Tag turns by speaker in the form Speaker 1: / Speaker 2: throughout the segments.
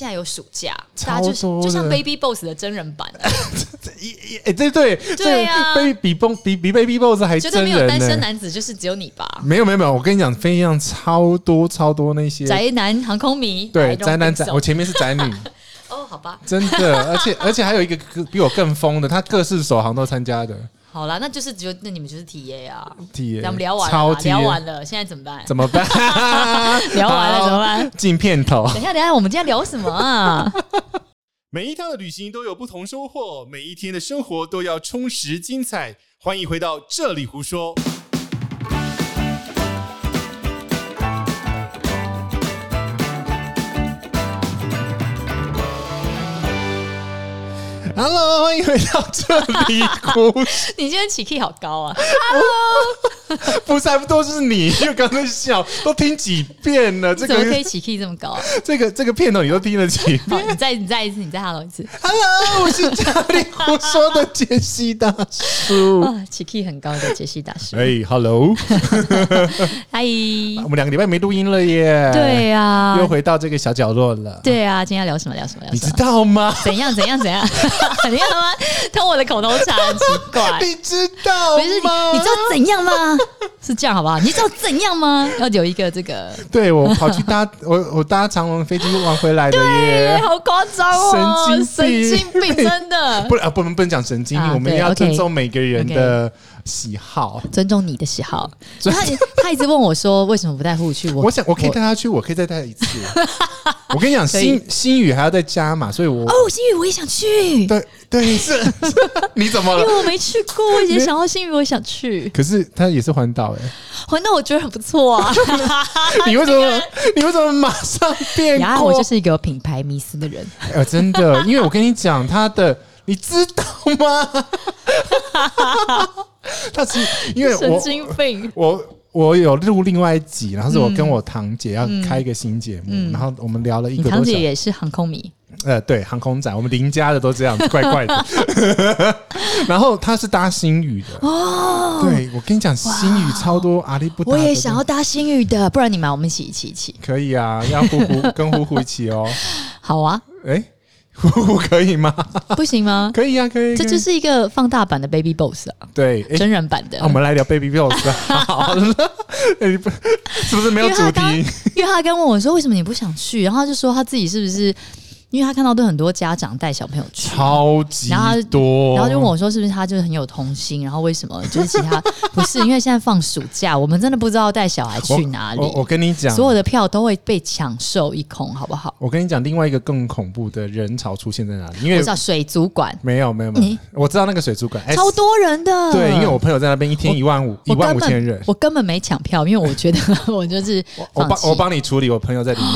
Speaker 1: 现在有暑假，
Speaker 2: 超
Speaker 1: 大家就是
Speaker 2: 多的哎
Speaker 1: 就像 Baby Boss 的真人版，
Speaker 2: 一一哎，对对
Speaker 1: 对啊
Speaker 2: 这比比蹦比比 Baby Boss 还
Speaker 1: 绝对
Speaker 2: 真
Speaker 1: 没有
Speaker 2: 人
Speaker 1: 单身
Speaker 2: 呢。
Speaker 1: 男子，就是只有你吧？
Speaker 2: 没有没有没有，我跟你讲，飞样超多超多那些
Speaker 1: 宅男航空迷，I
Speaker 2: 对
Speaker 1: don't
Speaker 2: 宅男
Speaker 1: think
Speaker 2: 宅，
Speaker 1: so
Speaker 2: 我前面是宅 女，
Speaker 1: 哦，好吧，
Speaker 2: 真的，而且而且还有一个比我更疯的，他各式首航都参加的
Speaker 1: 好啦，那就是只有那你们就是 TA 啊。
Speaker 2: ，T
Speaker 1: 那我们聊完
Speaker 2: 超
Speaker 1: 了啦，
Speaker 2: T
Speaker 1: 聊完了，现在怎么办？
Speaker 2: 怎么办？
Speaker 1: 聊完了怎么办？
Speaker 2: 进片头。
Speaker 1: 等一下，等一下，我们今天聊什么 啊？
Speaker 2: 每一趟的旅行都有不同收获，每一天的生活都要充实精彩。欢迎回到这里胡说。Hello，欢迎回到这里胡说，
Speaker 1: 你今天起 key 好高啊！
Speaker 2: 不是还不都是你？因为刚刚笑都听几遍了，这
Speaker 1: 你怎么可
Speaker 2: 个
Speaker 1: 以起 key 这么 高啊？
Speaker 2: 这个这个片头你都听了几遍
Speaker 1: 好，你再你再一次，你再 hello 一次
Speaker 2: Hello，我是这里胡说的杰西大叔。
Speaker 1: 啊！起 key 很高的杰西大师，
Speaker 2: 哎、h e l l o
Speaker 1: 嗨，
Speaker 2: 我们两个礼拜没录音了耶，
Speaker 1: 对啊，
Speaker 2: 哎又回到这个小角落了，
Speaker 1: 对啊，今天要聊什么？聊什么？聊
Speaker 2: 你
Speaker 1: 什
Speaker 2: 知
Speaker 1: 么？
Speaker 2: 道吗？
Speaker 1: 怎样？怎样？怎 样？你干嘛偷我的口头禅？很奇怪。
Speaker 2: 你知道
Speaker 1: 不是
Speaker 2: 吗？
Speaker 1: 你，你知道怎样吗？ 是这样好不好？你知道怎样吗？要有一个这个，
Speaker 2: 对我跑去搭我我搭长龙飞机玩回来的
Speaker 1: 哎，
Speaker 2: 耶。
Speaker 1: 好夸张哦，
Speaker 2: 神经病
Speaker 1: 神 经病，真的
Speaker 2: 不。啊，不能不能讲神经病，
Speaker 1: 啊
Speaker 2: 我们
Speaker 1: 对
Speaker 2: 要
Speaker 1: OK
Speaker 2: 尊重每个人的喜好。
Speaker 1: 尊重你的喜好。
Speaker 2: 尊
Speaker 1: 他他一直问我说，为什么不带护具？我
Speaker 2: 我想我可以带他去，我可以再带 一次。我跟你讲，
Speaker 1: 可以
Speaker 2: 新新宇还要再加嘛，所以我、
Speaker 1: 哦，新宇我也想去，因
Speaker 2: 对啊对 是，你怎么了？
Speaker 1: 为 我没去过， 我以前想到新宇，我也想去。
Speaker 2: 可是他也是环岛哎，
Speaker 1: 环岛我觉得很不错 啊，
Speaker 2: 你为什么你为什么马上变
Speaker 1: 然后
Speaker 2: 过？
Speaker 1: 我就是一个有品牌迷思的人。
Speaker 2: 呃，真的，因为我跟你讲，他的你知道吗？他是因为
Speaker 1: 神
Speaker 2: 我
Speaker 1: 经病，
Speaker 2: 我我有录另外一集，然后是我跟我堂姐要开一个新节目，然后我们聊了一
Speaker 1: 嗯你
Speaker 2: 个
Speaker 1: 堂
Speaker 2: 多小
Speaker 1: 姐也是航空迷，
Speaker 2: 呃，对，航空展，我们邻家的都这样，怪怪的。 然后他是搭新宇的哦，对我跟你讲，新宇超多阿里不达，
Speaker 1: 我也想要。搭新宇的，不然你们我们一起一起一起，
Speaker 2: 可以啊，要呼呼跟呼呼一起哦。
Speaker 1: 好 啊，
Speaker 2: 哎、呼呼可以吗？
Speaker 1: 不行 吗？
Speaker 2: 可以啊，可以。
Speaker 1: 这
Speaker 2: 可以
Speaker 1: 就是一个放大版的 Baby Boss 啊，
Speaker 2: 对，哎、
Speaker 1: 真人版的
Speaker 2: 那、。我们 来聊 Baby Boss 好了，哎不是不是没有主题？
Speaker 1: 因为他刚问我说为什么你不想去，然后他就说他自己是不是，因为他看到都很多家长带小朋友去，
Speaker 2: 超级
Speaker 1: 然后他
Speaker 2: 多，
Speaker 1: 然后就问我说：“是不是他就是很有童心？然后为什么就是其他不是？因为现在放暑假，我们真的不知道带小孩去哪里
Speaker 2: 我，我跟你讲，
Speaker 1: 所有的票都会被抢售一空，好不好？
Speaker 2: 我跟你讲，另外一个更恐怖的人潮出现在哪里？因
Speaker 1: 我
Speaker 2: 为
Speaker 1: 知道水族馆
Speaker 2: 没有没有没有
Speaker 1: 你，
Speaker 2: 我知道那个水族馆，哎、
Speaker 1: 超多人的，
Speaker 2: 对，因为我朋友在那边一天一万五一
Speaker 1: 我
Speaker 2: 万
Speaker 1: 根
Speaker 2: 五千人
Speaker 1: 本。我根本没抢票，因为我觉得 我就是
Speaker 2: 我
Speaker 1: 放
Speaker 2: 帮
Speaker 1: 弃
Speaker 2: 我帮你处理，我朋友在里面，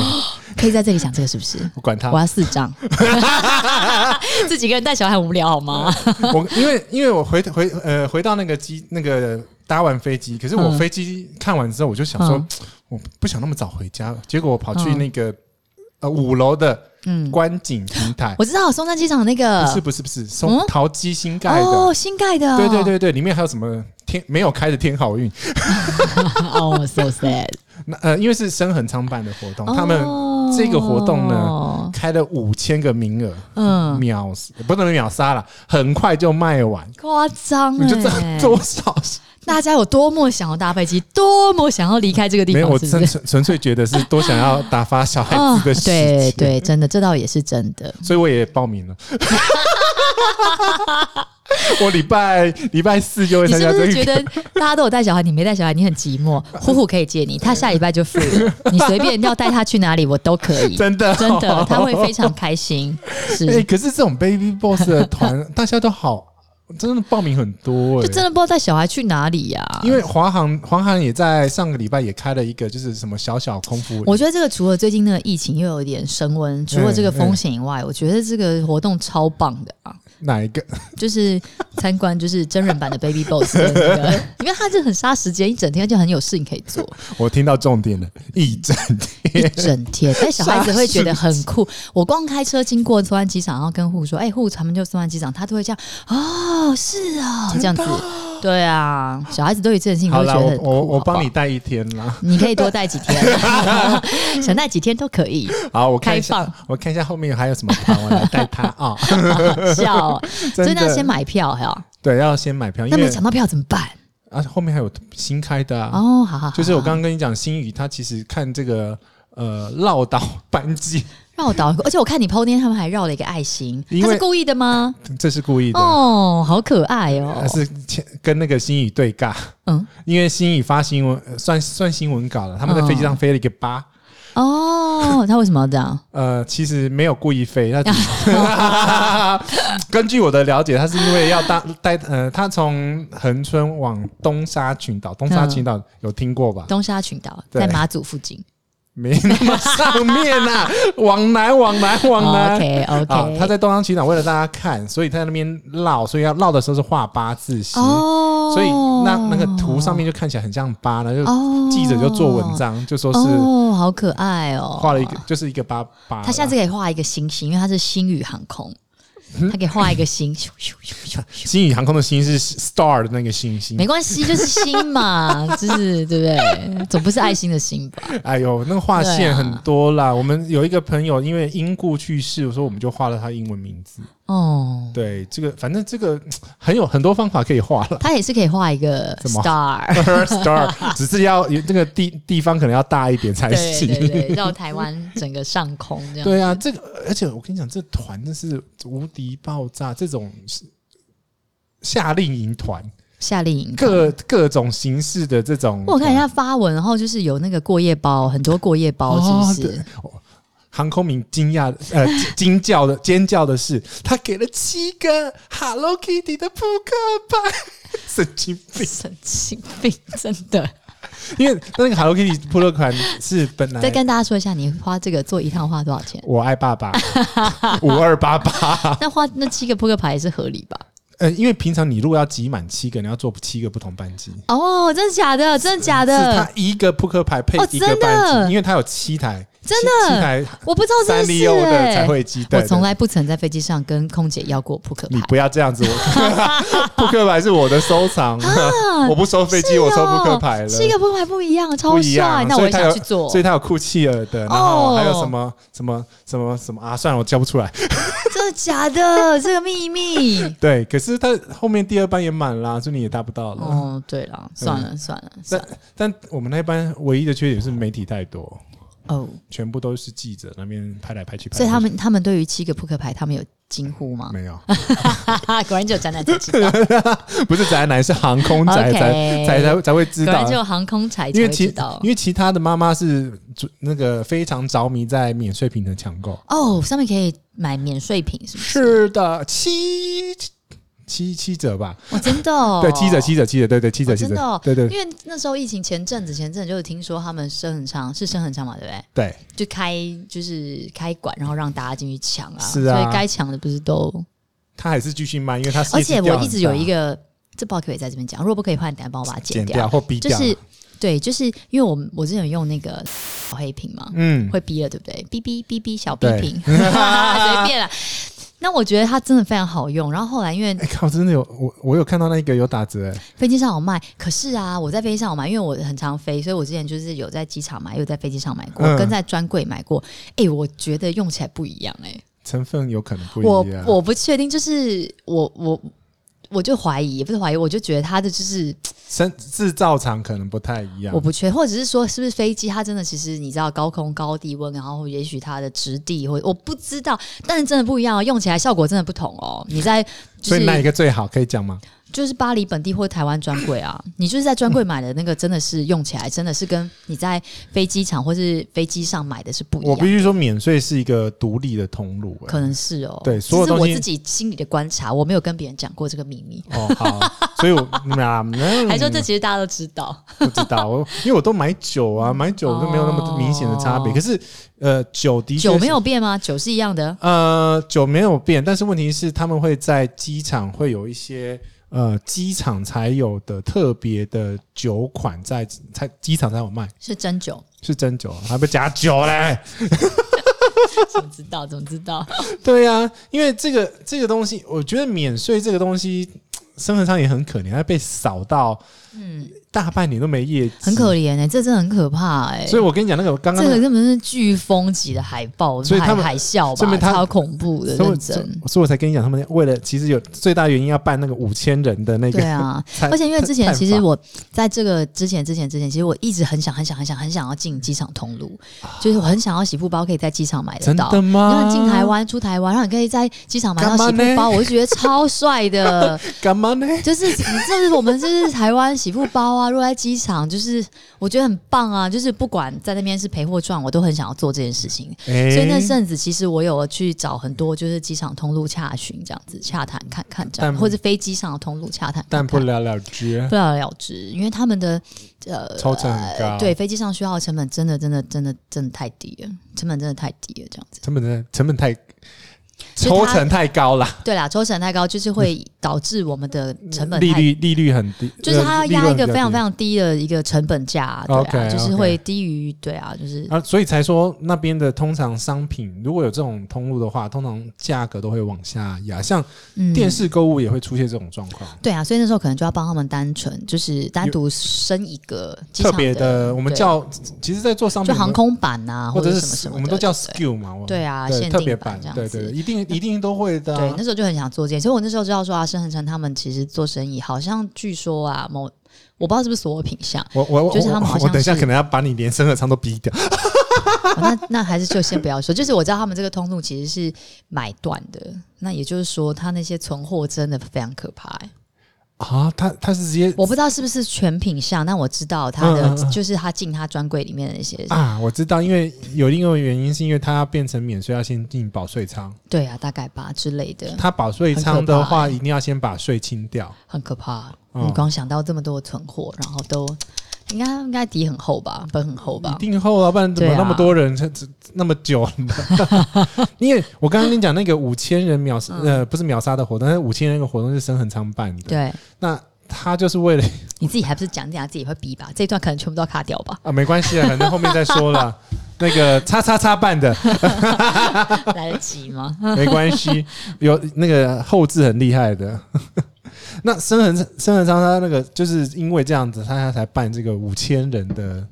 Speaker 1: 可以在这里讲这个是不是？
Speaker 2: 我管他
Speaker 1: 我。要四张， 自己一个人带小孩很无聊好吗？
Speaker 2: 我因为因为我回回呃回到那个机那个搭完飞机，可是我
Speaker 1: 嗯
Speaker 2: 飞机看完之后，我就想说、
Speaker 1: 嗯
Speaker 2: 我不想那么早回家，结果我跑去
Speaker 1: 嗯
Speaker 2: 那个、呃五楼的
Speaker 1: 嗯，
Speaker 2: 观景平台，
Speaker 1: 我知道松山机场那个
Speaker 2: 不是不是不是，松
Speaker 1: 嗯
Speaker 2: 陶机新盖的，
Speaker 1: 哦，新盖的，
Speaker 2: 对 对，对对，里面还有什么天没有开的天好运，
Speaker 1: 哦，so sad，
Speaker 2: 那呃因为是深恒昌办的活
Speaker 1: 哦
Speaker 2: 动，他们
Speaker 1: 们
Speaker 2: 这个活动呢，开了五千个名额，
Speaker 1: 嗯，
Speaker 2: 秒不能秒杀了，很快就卖完。
Speaker 1: 夸张
Speaker 2: 你就知道
Speaker 1: 哎！
Speaker 2: 多少？
Speaker 1: 大家有多么想要搭飞机，多么想要离开这个地
Speaker 2: 没
Speaker 1: 方
Speaker 2: 有，，我
Speaker 1: 是不
Speaker 2: 纯
Speaker 1: 是？
Speaker 2: 纯纯粹觉得是多想要打发小孩
Speaker 1: 啊
Speaker 2: 子的时
Speaker 1: 对
Speaker 2: 间，
Speaker 1: 对，真的，这倒也是真的。
Speaker 2: 所以我也报名了。 我礼拜礼拜四就会
Speaker 1: 你
Speaker 2: 参
Speaker 1: 是
Speaker 2: 加
Speaker 1: 不
Speaker 2: 这
Speaker 1: 是
Speaker 2: 个
Speaker 1: 觉得 大家都有带小孩，你没带小孩，你很寂 寞？虎虎可以借你，他下礼拜就 free 了，你随便要带他去哪里，我都可以。
Speaker 2: 真的
Speaker 1: 真的，他会非常开心。
Speaker 2: 哎、
Speaker 1: 是，
Speaker 2: 可是这种 Baby Boss 的团， 大家都好，真的报名很多、
Speaker 1: 就
Speaker 2: 欸，
Speaker 1: 真的不知道带小孩去哪里啊呀。
Speaker 2: 因为华航，华航也在上个礼拜也开了一个，就是什么小小空服营，
Speaker 1: 我觉得这个除了最近那个疫情又有一点升温，除了这个风险以外，我觉得这个活动超棒的啊！
Speaker 2: 哪一个？
Speaker 1: 就是参观就是真人版的 Baby Boss 的那个， 因为它就很杀时间，一整天就很有事情可以做，
Speaker 2: 我听到重点了，驿站
Speaker 1: 一整天。但小孩子会觉得很酷。我光开车经过松安机场，然后跟户说：“哎、户，咱们就松安机场。”他都会这样哦，是哦，这样子。对啊，小孩子对于这件事情都
Speaker 2: 好
Speaker 1: 会觉
Speaker 2: 啦，
Speaker 1: 得
Speaker 2: 我
Speaker 1: 很
Speaker 2: 我
Speaker 1: 苦
Speaker 2: 我帮，
Speaker 1: 好
Speaker 2: 你
Speaker 1: 不好
Speaker 2: 带一天啦。
Speaker 1: 你可以多带几天， 想带几天都可以，
Speaker 2: 好，我看一
Speaker 1: 开
Speaker 2: 下，
Speaker 1: 放，
Speaker 2: 我看一下后面还有什么盘，我来带他啊。
Speaker 1: 好笑哦。所以
Speaker 2: 真
Speaker 1: 那
Speaker 2: 的
Speaker 1: 先买票哈，
Speaker 2: 对，要先买票，因
Speaker 1: 那
Speaker 2: 为
Speaker 1: 没抢到票怎么办？
Speaker 2: 啊后面还有新开的啊。
Speaker 1: 哦，好好，好
Speaker 2: 就是我
Speaker 1: 好
Speaker 2: 刚刚跟你讲，新宇他其实看这个呃绕岛班机，
Speaker 1: 绕岛，而且我看你 PO 天他们还绕了一个爱心，
Speaker 2: 因为
Speaker 1: 他是故意的吗？
Speaker 2: 这是故意的。
Speaker 1: 哦，好可爱哦
Speaker 2: 还。是前跟那个新宇对尬，
Speaker 1: 嗯，
Speaker 2: 因为新宇发新闻，呃算算新闻稿了。他们在飞机上飞了一个八，
Speaker 1: 哦，他为什么要这样？
Speaker 2: 呃，其实没有故意飞，他只
Speaker 1: 哦
Speaker 2: 是 根据我的了解，他是因为要搭带呃，他从恒春往东沙群岛，东
Speaker 1: 嗯
Speaker 2: 沙群岛有听过吧？
Speaker 1: 东沙群岛
Speaker 2: 对
Speaker 1: 在马祖附近。
Speaker 2: 没那么上面呐、 往南，往南，
Speaker 1: 哦
Speaker 2: 往南。
Speaker 1: OK
Speaker 2: 啊，
Speaker 1: OK，
Speaker 2: 他在东沙群岛为了大家看，所以在那边绕，所以要绕的时候是画八字形，
Speaker 1: 哦，
Speaker 2: 所以那那个图上面就看起来很像八，然后就
Speaker 1: 哦
Speaker 2: 记者就做文章，就说是
Speaker 1: 哦，好可爱哦，
Speaker 2: 画了一个，就是一个八八啦。
Speaker 1: 他下次可以画一个星星，因为他是星宇航空，
Speaker 2: 嗯
Speaker 1: 他可以画一个星，咻咻咻咻咻
Speaker 2: 星宇航空的星是 star 的那个星星
Speaker 1: 没，关系，就是星 嘛，就是对不对？总不是爱心的心吧？
Speaker 2: 哎呦，那个画
Speaker 1: 对
Speaker 2: 线
Speaker 1: 啊
Speaker 2: 很多啦。我们有一个朋友因为因故去世，所以我们就画了他英文名字。
Speaker 1: 哦，
Speaker 2: 对，这个反正这个很有很多方法可以画了。
Speaker 1: 他也是可以画一个
Speaker 2: 怎么
Speaker 1: star，
Speaker 2: star 只是要这个地地方可能要大一点才
Speaker 1: 对
Speaker 2: 行。
Speaker 1: 对对，绕台湾整个上空这 样。
Speaker 2: 对啊，这个而且我跟你讲，这团真是无敌爆炸，这种是夏令营团，
Speaker 1: 夏令营，
Speaker 2: 各各种形式的这种。
Speaker 1: 嗯我看人家发文，然后就是有那个过夜包，很多过夜包，是不
Speaker 2: 哦
Speaker 1: 是？
Speaker 2: 对航空民惊讶 呃惊叫的尖叫的是，他给了七个 Hello Kitty 的扑克牌， 神经病！
Speaker 1: 神经病，真的。
Speaker 2: 因为那个 Hello Kitty 扑克牌是本 来
Speaker 1: 再跟大家说一下，你花这个做一趟花多少钱？
Speaker 2: 我爱 爸爸五二八八，
Speaker 1: 那花那七个扑克牌也是合理吧？
Speaker 2: 呃，因为平常你如果要集满七个，你要做七个不同班机。
Speaker 1: 哦，真的假的？真的假
Speaker 2: 是他
Speaker 1: 的？
Speaker 2: 一个扑克牌配
Speaker 1: 哦
Speaker 2: 一个班
Speaker 1: 真
Speaker 2: 机，
Speaker 1: 的
Speaker 2: 因为他有七台，
Speaker 1: 真
Speaker 2: 七七
Speaker 1: 的，
Speaker 2: 台
Speaker 1: 我不知道
Speaker 2: 三
Speaker 1: 这件
Speaker 2: 丽
Speaker 1: 事
Speaker 2: 鸥的
Speaker 1: 哎、
Speaker 2: 才会机。对
Speaker 1: 我
Speaker 2: 对
Speaker 1: 从来不曾在飞机上跟空姐要过扑克牌
Speaker 2: 你。不要这样子，我 扑克牌是我的收藏，我不收飞机，
Speaker 1: 是哦
Speaker 2: 我收扑克牌了。
Speaker 1: 七个扑克牌不一样，超
Speaker 2: 不一
Speaker 1: 帅
Speaker 2: 样，。啊
Speaker 1: 那我
Speaker 2: 所
Speaker 1: 也
Speaker 2: 以它
Speaker 1: 想
Speaker 2: 有，
Speaker 1: 去做哦
Speaker 2: 所，以它有库契尔的，然后还有什么什么什么什么啊？算了，我叫不出来。
Speaker 1: 真的假的？这个秘 密。
Speaker 2: 对，可是它后面第二班也满啦，所以你也搭不到了。
Speaker 1: 哦，对了，
Speaker 2: 嗯
Speaker 1: 算了算了算了。
Speaker 2: 但我们那班唯一的缺点是媒体太多，
Speaker 1: 哦，
Speaker 2: 全部都是记者那边拍来拍去，拍来
Speaker 1: 所以
Speaker 2: 拍
Speaker 1: 他
Speaker 2: 去
Speaker 1: 们他们对于七个扑克牌，他们有惊呼吗？
Speaker 2: 哎没有。
Speaker 1: 果然只有展览才知道，
Speaker 2: 不是宅男， 是航空宅
Speaker 1: OK
Speaker 2: 才才才才会知
Speaker 1: 果
Speaker 2: 道
Speaker 1: 然只。有航空才才
Speaker 2: 因为
Speaker 1: 会
Speaker 2: 其
Speaker 1: 知道
Speaker 2: 因。为其他的妈妈是主那个非常着迷在免税品的抢购。
Speaker 1: 哦，上面可以买免税品，是不是？
Speaker 2: 是的，七七七折吧？
Speaker 1: 哦，真的、哦，
Speaker 2: 对，七折，七折，七折，对对，七折，
Speaker 1: 哦
Speaker 2: 七
Speaker 1: 真的
Speaker 2: 折
Speaker 1: 哦，
Speaker 2: 对对
Speaker 1: 因为那时候疫情前阵子，前阵子就是听说他们生很长，是生很长嘛，对不对？
Speaker 2: 对。
Speaker 1: 就开就是开馆，然后让大家进去抢啊，
Speaker 2: 是啊
Speaker 1: 所以该抢的不是都？
Speaker 2: 他还是继续卖，因为他
Speaker 1: 而且我一直有一
Speaker 2: 个
Speaker 1: 个，这不好可不可以在这边讲，如果不可以的话，你等下帮我把它
Speaker 2: 剪
Speaker 1: 掉。
Speaker 2: 掉或逼
Speaker 1: 就
Speaker 2: 掉，
Speaker 1: 是对，就是因为我们我之前有用那个小黑屏嘛，
Speaker 2: 嗯，
Speaker 1: 会逼了，对不对？哔哔哔哔小
Speaker 2: 对
Speaker 1: 哔屏，随便了。那我觉得它真的非常好用，然后后来因为
Speaker 2: 哎靠，真的有我我有看到那个有打折，哎
Speaker 1: 飞机上有卖，可是啊，我在飞机上有买，因为我很常飞，所以我之前就是有在机场买，有在飞机上买过，
Speaker 2: 嗯
Speaker 1: 跟在专柜买过。哎、我觉得用起来不一样、欸，
Speaker 2: 成分有可能不
Speaker 1: 我
Speaker 2: 一样。
Speaker 1: 我不确定，就是我我我就怀疑，也不是怀疑，我就觉得它的就是
Speaker 2: 生制造厂可能不太一样
Speaker 1: 我，不确，或者是说是不是飞机它真的其实你知道高空高低温，然后也许它的质地或我不知道，但是真的不一样、哦，用起来效果真的不同哦。你在就
Speaker 2: 所以哪一
Speaker 1: 是
Speaker 2: 个最好可以讲吗？
Speaker 1: 就是巴黎本地或台湾专柜啊， 你就是在专柜买的那个真的是用起来真的是跟你在飞机场或是飞机上买的是不一
Speaker 2: 我必
Speaker 1: 样。
Speaker 2: 须说，免税是一个独立的通路、哎
Speaker 1: 可能是哦，
Speaker 2: 对
Speaker 1: 这
Speaker 2: 所有
Speaker 1: 是
Speaker 2: 东
Speaker 1: 我
Speaker 2: 西
Speaker 1: 自己心里的观察，我没有跟别人讲过这个秘密，
Speaker 2: 哦，好，所以我 那那
Speaker 1: 还说这其实大家都知道。
Speaker 2: 不知道，我因为我都买酒啊，买酒就没有那么明显的差别。
Speaker 1: 嗯哦
Speaker 2: 可是呃，酒的确是
Speaker 1: 酒没有变吗？酒是一样 的，
Speaker 2: 呃酒没有变，但是问题是他们会在机场会有一些。呃，机场才有的特别的酒款在在机场才有卖，
Speaker 1: 是真酒。
Speaker 2: 是真酒，啊还不假酒嘞？
Speaker 1: 怎么知道？怎么知道？
Speaker 2: 啊对呀、因为这个这个东西，我觉得免税这个东西，生恒昌也很可怜，他被扫到，嗯，大半年都没业绩，
Speaker 1: 很可怜哎、这真的很可怕哎、
Speaker 2: 所以我跟你讲，那个刚
Speaker 1: 这
Speaker 2: 刚
Speaker 1: 个根本是飓风级的海豹，
Speaker 2: 所以
Speaker 1: 海
Speaker 2: 他们
Speaker 1: 海啸
Speaker 2: 说
Speaker 1: 吧，
Speaker 2: 明他
Speaker 1: 超恐怖的，
Speaker 2: 所以我
Speaker 1: 认真。
Speaker 2: 所以我才跟你讲，他们为了其实有最大原因要办那个五千人的那个
Speaker 1: 对，啊
Speaker 2: 才，
Speaker 1: 而且因为之前
Speaker 2: 探
Speaker 1: 其实
Speaker 2: 访
Speaker 1: 我在这个之前之前之前，其实我一直很想很想很想很想要进机场通路，就是我很想要洗布包可以在机场买得
Speaker 2: 啊真
Speaker 1: 到。
Speaker 2: 的
Speaker 1: 你
Speaker 2: 吗？
Speaker 1: 看进台湾、出台湾，然后你可以在机场买到
Speaker 2: 干嘛
Speaker 1: 洗布
Speaker 2: 呢
Speaker 1: 包，我就觉得超帅的。
Speaker 2: 干嘛呢？
Speaker 1: 就是你这是我们就是台湾洗布包啊，如果在机场，就是我觉得很棒啊。就是不管在那边是赔或赚，我都很想要做这件事情。 所以那
Speaker 2: 是
Speaker 1: 阵子，其实我有去找很多就是机场通路洽询这样子洽谈看看这样，
Speaker 2: 但
Speaker 1: 或者飞机上的通路洽谈看看，
Speaker 2: 但不了了之
Speaker 1: 不，了了之，因为他们的
Speaker 2: 抽成很高，
Speaker 1: 呃对，飞机上需要的成本真的真的真的真的太低了，成本真的太低了这样子。
Speaker 2: 成本真的成本太
Speaker 1: 所以
Speaker 2: 抽
Speaker 1: 它
Speaker 2: 成太高了，
Speaker 1: 对啦，抽成太高就是会导致我们的成本
Speaker 2: 嗯利
Speaker 1: 太。
Speaker 2: 率利率很低，
Speaker 1: 就是它
Speaker 2: 呃
Speaker 1: 要压一个
Speaker 2: 利润比较低
Speaker 1: 非常非常低的一个成本价、对啊
Speaker 2: OK，OK
Speaker 1: 就是会低于对啊，就是
Speaker 2: 啊，所以才说那边的通常商品如果有这种通路的话，通常价格都会往下压，像
Speaker 1: 嗯
Speaker 2: 电视购物也会出现这种状况。
Speaker 1: 对啊，所以那时候可能就要帮他们单纯就是单独生一个机
Speaker 2: 特
Speaker 1: 场
Speaker 2: 别
Speaker 1: 的，
Speaker 2: 的，我们
Speaker 1: 对
Speaker 2: 叫，其实，在做商品
Speaker 1: 就，航空版啊，
Speaker 2: 或
Speaker 1: 者
Speaker 2: 是
Speaker 1: 什么什么的，
Speaker 2: 我们都叫
Speaker 1: 对
Speaker 2: skill 嘛，我
Speaker 1: 对啊限
Speaker 2: 特别
Speaker 1: 定版这样
Speaker 2: 对
Speaker 1: 子
Speaker 2: 对，一定一定都会的
Speaker 1: 对
Speaker 2: 啊，，，
Speaker 1: 那时候就很想做这件事，所以我那时候知道说啊，申恒成他们其实做生意，好像据说啊，某我不知道是不是所有品相
Speaker 2: 我我我
Speaker 1: 就是他们好
Speaker 2: 我
Speaker 1: 像
Speaker 2: 我等一下
Speaker 1: 是
Speaker 2: 可能要把你连生和仓都逼掉，
Speaker 1: 哦那那还是就先不要说。就是我知道他们这个通路其实是买断的，那也就是说，他那些存货真的非常可怕、欸。
Speaker 2: 啊，他他是直接
Speaker 1: 我不知道是不是全品相，但我知道他的、
Speaker 2: 嗯嗯嗯
Speaker 1: 就是他进他专柜里面的那些，
Speaker 2: 啊，我知道，因为有另外一个原因是因为他要变成免税，要先进保税仓，
Speaker 1: 对啊，大概吧之类的，
Speaker 2: 他保税仓的
Speaker 1: 哎
Speaker 2: 话一定要先把税清掉，
Speaker 1: 很可怕。
Speaker 2: 嗯
Speaker 1: 你光想到这么多的存货，然后都应该应该底很厚吧，本很厚吧
Speaker 2: 一。定后啊，不然怎么
Speaker 1: 对啊
Speaker 2: 那么多人这这那么久 呢？因为我刚刚跟你讲那个五千人秒杀呃不是秒杀的活动，那五千人那个活动是深恒昌办的，
Speaker 1: 嗯对，
Speaker 2: 那他就是为了
Speaker 1: 你自己还不是讲讲自己会逼吧？这一段可能全部都要卡掉 吧。
Speaker 2: 啊，没关系啊，反正后面再说 啦。那个叉叉叉办的
Speaker 1: 来得及吗？啊
Speaker 2: 没关系，有那个后置很厉害的。 那生恒生恒昌他那个就是因为这样子，他才办这个五千人的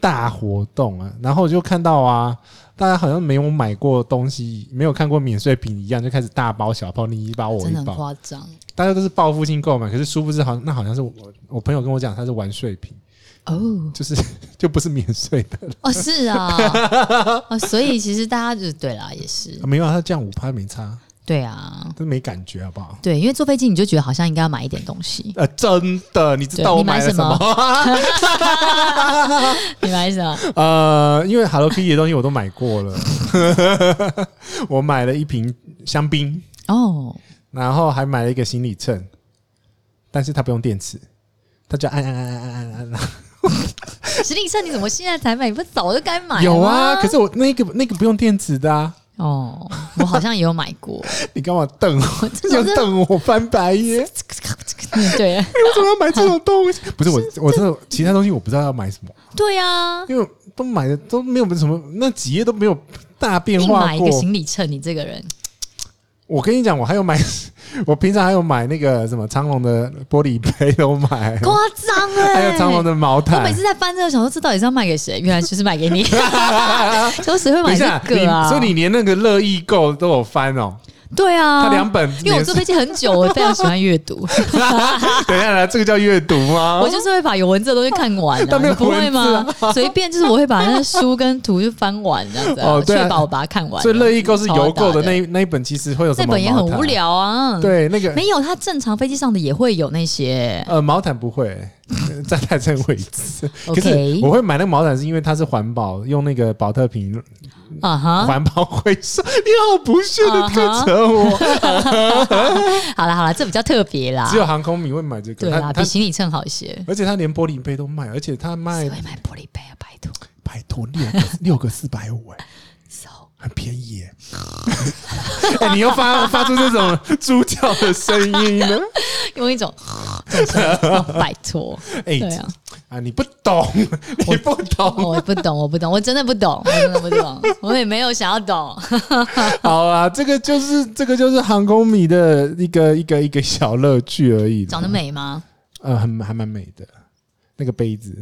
Speaker 2: 大活动啊。然后我就看到啊，大家好像没有买过东西，没有看过免税品一样，就开始大包小包，你一包我
Speaker 1: 真
Speaker 2: 一
Speaker 1: 的很
Speaker 2: 包，
Speaker 1: 夸张
Speaker 2: 大家都是报复性购买。可是殊不知，好像那好像是我我朋友跟我讲，他是玩税品，
Speaker 1: 哦
Speaker 2: 就是就不是免税的。
Speaker 1: 哦，是啊，哦，所以其实大家就对啦，也是
Speaker 2: 啊没有啊，他降五趴没差，
Speaker 1: 对啊，
Speaker 2: 都没感觉好不好？，
Speaker 1: 对，因为坐飞机你就觉得好像应该要买一点东西
Speaker 2: 呃，真的，你知道
Speaker 1: 对
Speaker 2: 我
Speaker 1: 你买
Speaker 2: 买了
Speaker 1: 什
Speaker 2: 什么？
Speaker 1: 明白意思 啊？
Speaker 2: 呃，因为 Hello Kitty 的东西我都买过了，我买了一瓶香槟，
Speaker 1: 哦，
Speaker 2: 然后还买了一个行李秤，但是它不用电池，它就按按按按按按按。
Speaker 1: 实力秤你怎么现在才买？你不早就该买了吗
Speaker 2: 有啊，可是我那个那个不用电池的啊，
Speaker 1: 哦，我好像也有买 过，
Speaker 2: 你干嘛瞪我？
Speaker 1: 真的
Speaker 2: 又
Speaker 1: 是
Speaker 2: 瞪我翻白眼？你
Speaker 1: 嗯 对
Speaker 2: 为什么要买这种东西？不是我，我真的其他东西我不知道要买什么，
Speaker 1: 对啊，
Speaker 2: 因为都买的都没有什么，那几页都没有大 变
Speaker 1: 硬
Speaker 2: 化
Speaker 1: 买一
Speaker 2: 过
Speaker 1: 个。行李秤，你这个人
Speaker 2: 我跟你讲，我还有买， 我平常还有买那个什么苍龙的玻璃杯都买，
Speaker 1: 夸张哎，
Speaker 2: 还有苍龙的毛
Speaker 1: 我每
Speaker 2: 毯
Speaker 1: 次。在翻这个，想说这到底是要卖给谁？原来就是卖 给你，说谁会
Speaker 2: 等
Speaker 1: 买啊
Speaker 2: 一
Speaker 1: 这
Speaker 2: 下，你
Speaker 1: 个啊？
Speaker 2: 所以你连那个乐意购都有翻哦，
Speaker 1: 对啊，
Speaker 2: 它两本连。
Speaker 1: 因为我 坐飞机很久，我非常喜欢阅读，
Speaker 2: 等一下来，这个叫阅读吗
Speaker 1: 我？就是会把有文字的东西看完、啊，
Speaker 2: 但啊没有
Speaker 1: 你不会
Speaker 2: 文
Speaker 1: 吗？随便就是我会把那书跟图就翻完这样子、
Speaker 2: 哦对啊
Speaker 1: 确保我把它看完。
Speaker 2: 所以乐意购是邮
Speaker 1: 超
Speaker 2: 购的
Speaker 1: 大
Speaker 2: 那
Speaker 1: 的
Speaker 2: 一那一本，其实会有什
Speaker 1: 那
Speaker 2: 么？
Speaker 1: 本也很无。聊啊。，
Speaker 2: 对，那个
Speaker 1: 没有，它正常飞机上的也会有那些。
Speaker 2: 呃毛毯不会， 呃站在这位置。可是
Speaker 1: OK，
Speaker 2: 我会买那个毛毯，是因为它是环保，用那个保特瓶
Speaker 1: 啊哈，
Speaker 2: 环保回收。你好不屑的
Speaker 1: 啊哈
Speaker 2: 看着我，
Speaker 1: 好了好了，这比较特别啦
Speaker 2: 只。有航空迷会买这
Speaker 1: 啊对啊
Speaker 2: 个。
Speaker 1: 啦，
Speaker 2: 它
Speaker 1: 比
Speaker 2: 它
Speaker 1: 行李秤好一些。
Speaker 2: 而且他连玻璃杯都卖，而且他卖
Speaker 1: 谁会买玻璃杯啊？拜托
Speaker 2: 拜托六 个六个四百五哎，
Speaker 1: ，so
Speaker 2: 很便宜耶！ 哎、你又发发出这种猪叫 的声音呢？
Speaker 1: 用一种这种声音哦拜托。
Speaker 2: 哎、
Speaker 1: 对啊，
Speaker 2: 啊，你不懂，你不懂，
Speaker 1: 哦我不懂，我不懂，我真的不懂，我真的不懂，我也没有想要懂。
Speaker 2: 好啊，这个就是这个就是航空迷的一个一个一个小乐趣而已。
Speaker 1: 长得，美吗？
Speaker 2: 呃，很还蛮美的。那个杯子，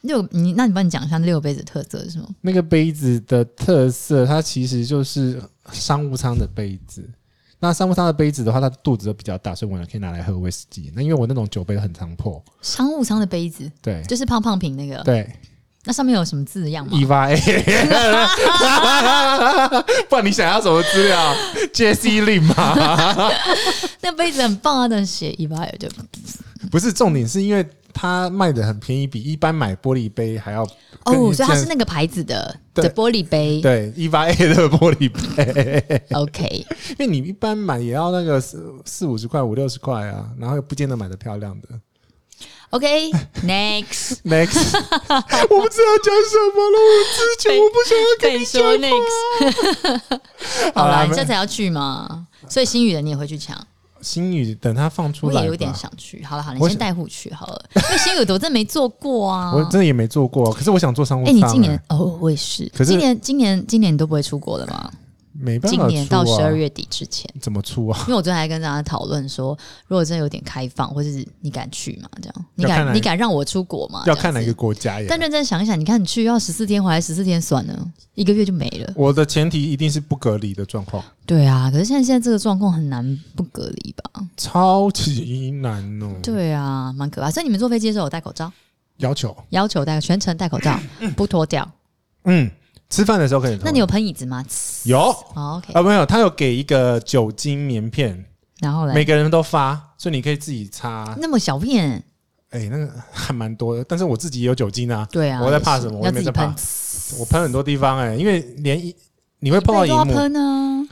Speaker 1: 六，你那你帮你讲一下六杯子特色是吗？
Speaker 2: 那个杯子的特色，它其实就是商务舱的杯子。那商务舱的杯子的话，它的肚子都比较大，所以我可以拿来喝威士忌。那因为我那种酒杯很常破，
Speaker 1: 商务舱的杯子，
Speaker 2: 对
Speaker 1: 就是胖胖瓶那个，
Speaker 2: 对，
Speaker 1: 那上面有什么字样吗？
Speaker 2: 意外， 不然你想要什么资料？Jesse Lin 吗？
Speaker 1: 那杯子很棒啊，但是写 e v i 对吧？
Speaker 2: 不是，重点是因为它卖的很便宜，比一般买玻璃杯还要
Speaker 1: 哦
Speaker 2: 跟你，
Speaker 1: 所以它是
Speaker 2: 这
Speaker 1: 那
Speaker 2: 样
Speaker 1: 个牌子的
Speaker 2: 对
Speaker 1: 的玻璃杯。
Speaker 2: 对 E 八 A 的玻璃杯，
Speaker 1: OK，
Speaker 2: 因为你一般买也要那个四四五十块、五六十块啊，然后又不见得买的漂亮的。
Speaker 1: OK，Next，
Speaker 2: Next，我不知道讲什么了，我之前我不想要跟
Speaker 1: 被
Speaker 2: 你讲话
Speaker 1: 说 Next。好
Speaker 2: 啊好啦
Speaker 1: 啦，你
Speaker 2: 没
Speaker 1: 这才要去嘛，所以新宇的你也会去抢，
Speaker 2: 新宇等它放出
Speaker 1: 我
Speaker 2: 来吧，
Speaker 1: 也有点想去。好了好了，
Speaker 2: 我
Speaker 1: 你先
Speaker 2: 想
Speaker 1: 带护去好了，因为新宇的我真的没做过啊。
Speaker 2: 我真的也没做过，可是我想做商务
Speaker 1: 哎、
Speaker 2: 舱、
Speaker 1: 你今
Speaker 2: 哎
Speaker 1: 年哦，我也是，
Speaker 2: 可是
Speaker 1: 今年今年今年你都不会出国了吗？
Speaker 2: 没办法出
Speaker 1: 今
Speaker 2: 啊，
Speaker 1: 年到十二月底之前，
Speaker 2: 怎么出啊？
Speaker 1: 因为我昨天还跟大家讨论说，如果真的有点开放，或是你敢去吗？这样，你
Speaker 2: 要看哪
Speaker 1: 敢
Speaker 2: 一
Speaker 1: 你敢让我出国吗？
Speaker 2: 要看
Speaker 1: 这
Speaker 2: 哪个
Speaker 1: 样子。
Speaker 2: 国家
Speaker 1: 哦
Speaker 2: 呀
Speaker 1: 但？认真想一想，你看你去要十四天，回来十四天算了，一个月就没了。
Speaker 2: 我的前提一定是不隔离的状况，
Speaker 1: 对啊，可是现在现在这个状况很难不隔离
Speaker 2: 嗯
Speaker 1: 吧？
Speaker 2: 超级难哦。，
Speaker 1: 对啊，蛮可怕。所以你们坐飞机的时候有戴口罩，
Speaker 2: 要求，
Speaker 1: 要求戴全程戴口罩，不脱掉。
Speaker 2: 嗯，吃饭的时候可以。
Speaker 1: 那你有哎喷椅子吗？
Speaker 2: 有
Speaker 1: 好 OK，
Speaker 2: 啊？没有，他有给一个酒精棉片，
Speaker 1: 然后
Speaker 2: 每
Speaker 1: 嘞，
Speaker 2: 个人都发，所以你可以自己擦。
Speaker 1: 那么小片，
Speaker 2: 哎、那个还蛮多的，但是我自己也有酒精啊，
Speaker 1: 对啊，
Speaker 2: 我在怕
Speaker 1: 也是
Speaker 2: 什么我
Speaker 1: 要
Speaker 2: 也没
Speaker 1: 自己
Speaker 2: 在怕
Speaker 1: 喷，
Speaker 2: 我喷很多地方哎、因为连一你会碰到
Speaker 1: 椅背都要
Speaker 2: 荧幕，
Speaker 1: 喷啊，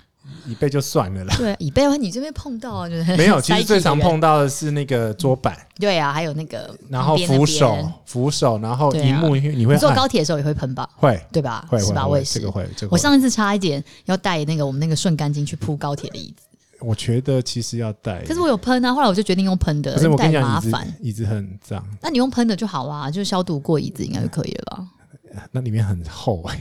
Speaker 2: 椅背就算了啦。
Speaker 1: 对，椅背你这边碰到啊，就是
Speaker 2: 没有，其
Speaker 1: 塞进
Speaker 2: 实
Speaker 1: 去的
Speaker 2: 最
Speaker 1: 人
Speaker 2: 常碰到的是那个桌板，
Speaker 1: 对啊，还有那个
Speaker 2: 然
Speaker 1: 旁
Speaker 2: 后
Speaker 1: 边那
Speaker 2: 扶手
Speaker 1: 边，
Speaker 2: 扶手，然后
Speaker 1: 对啊
Speaker 2: 荧幕你会
Speaker 1: 你坐
Speaker 2: 按
Speaker 1: 高铁的时候也会喷吧，
Speaker 2: 会
Speaker 1: 对吧？
Speaker 2: 会
Speaker 1: 是
Speaker 2: 会
Speaker 1: 吧？我
Speaker 2: 会
Speaker 1: 也是
Speaker 2: 这个。会这个
Speaker 1: 我
Speaker 2: 会。
Speaker 1: 上一次差一点要带那个我们那个顺干巾去铺高铁的椅子，
Speaker 2: 我觉得其实要带，
Speaker 1: 可是我有喷啊，后来我就决定用喷的
Speaker 2: 可是，我跟
Speaker 1: 带
Speaker 2: 你讲，
Speaker 1: 麻
Speaker 2: 椅子
Speaker 1: 烦。
Speaker 2: 椅子很脏，
Speaker 1: 那你用喷的就好啊，就消毒过椅子应该就可以了吧？
Speaker 2: 那里面很厚哎、
Speaker 1: 哦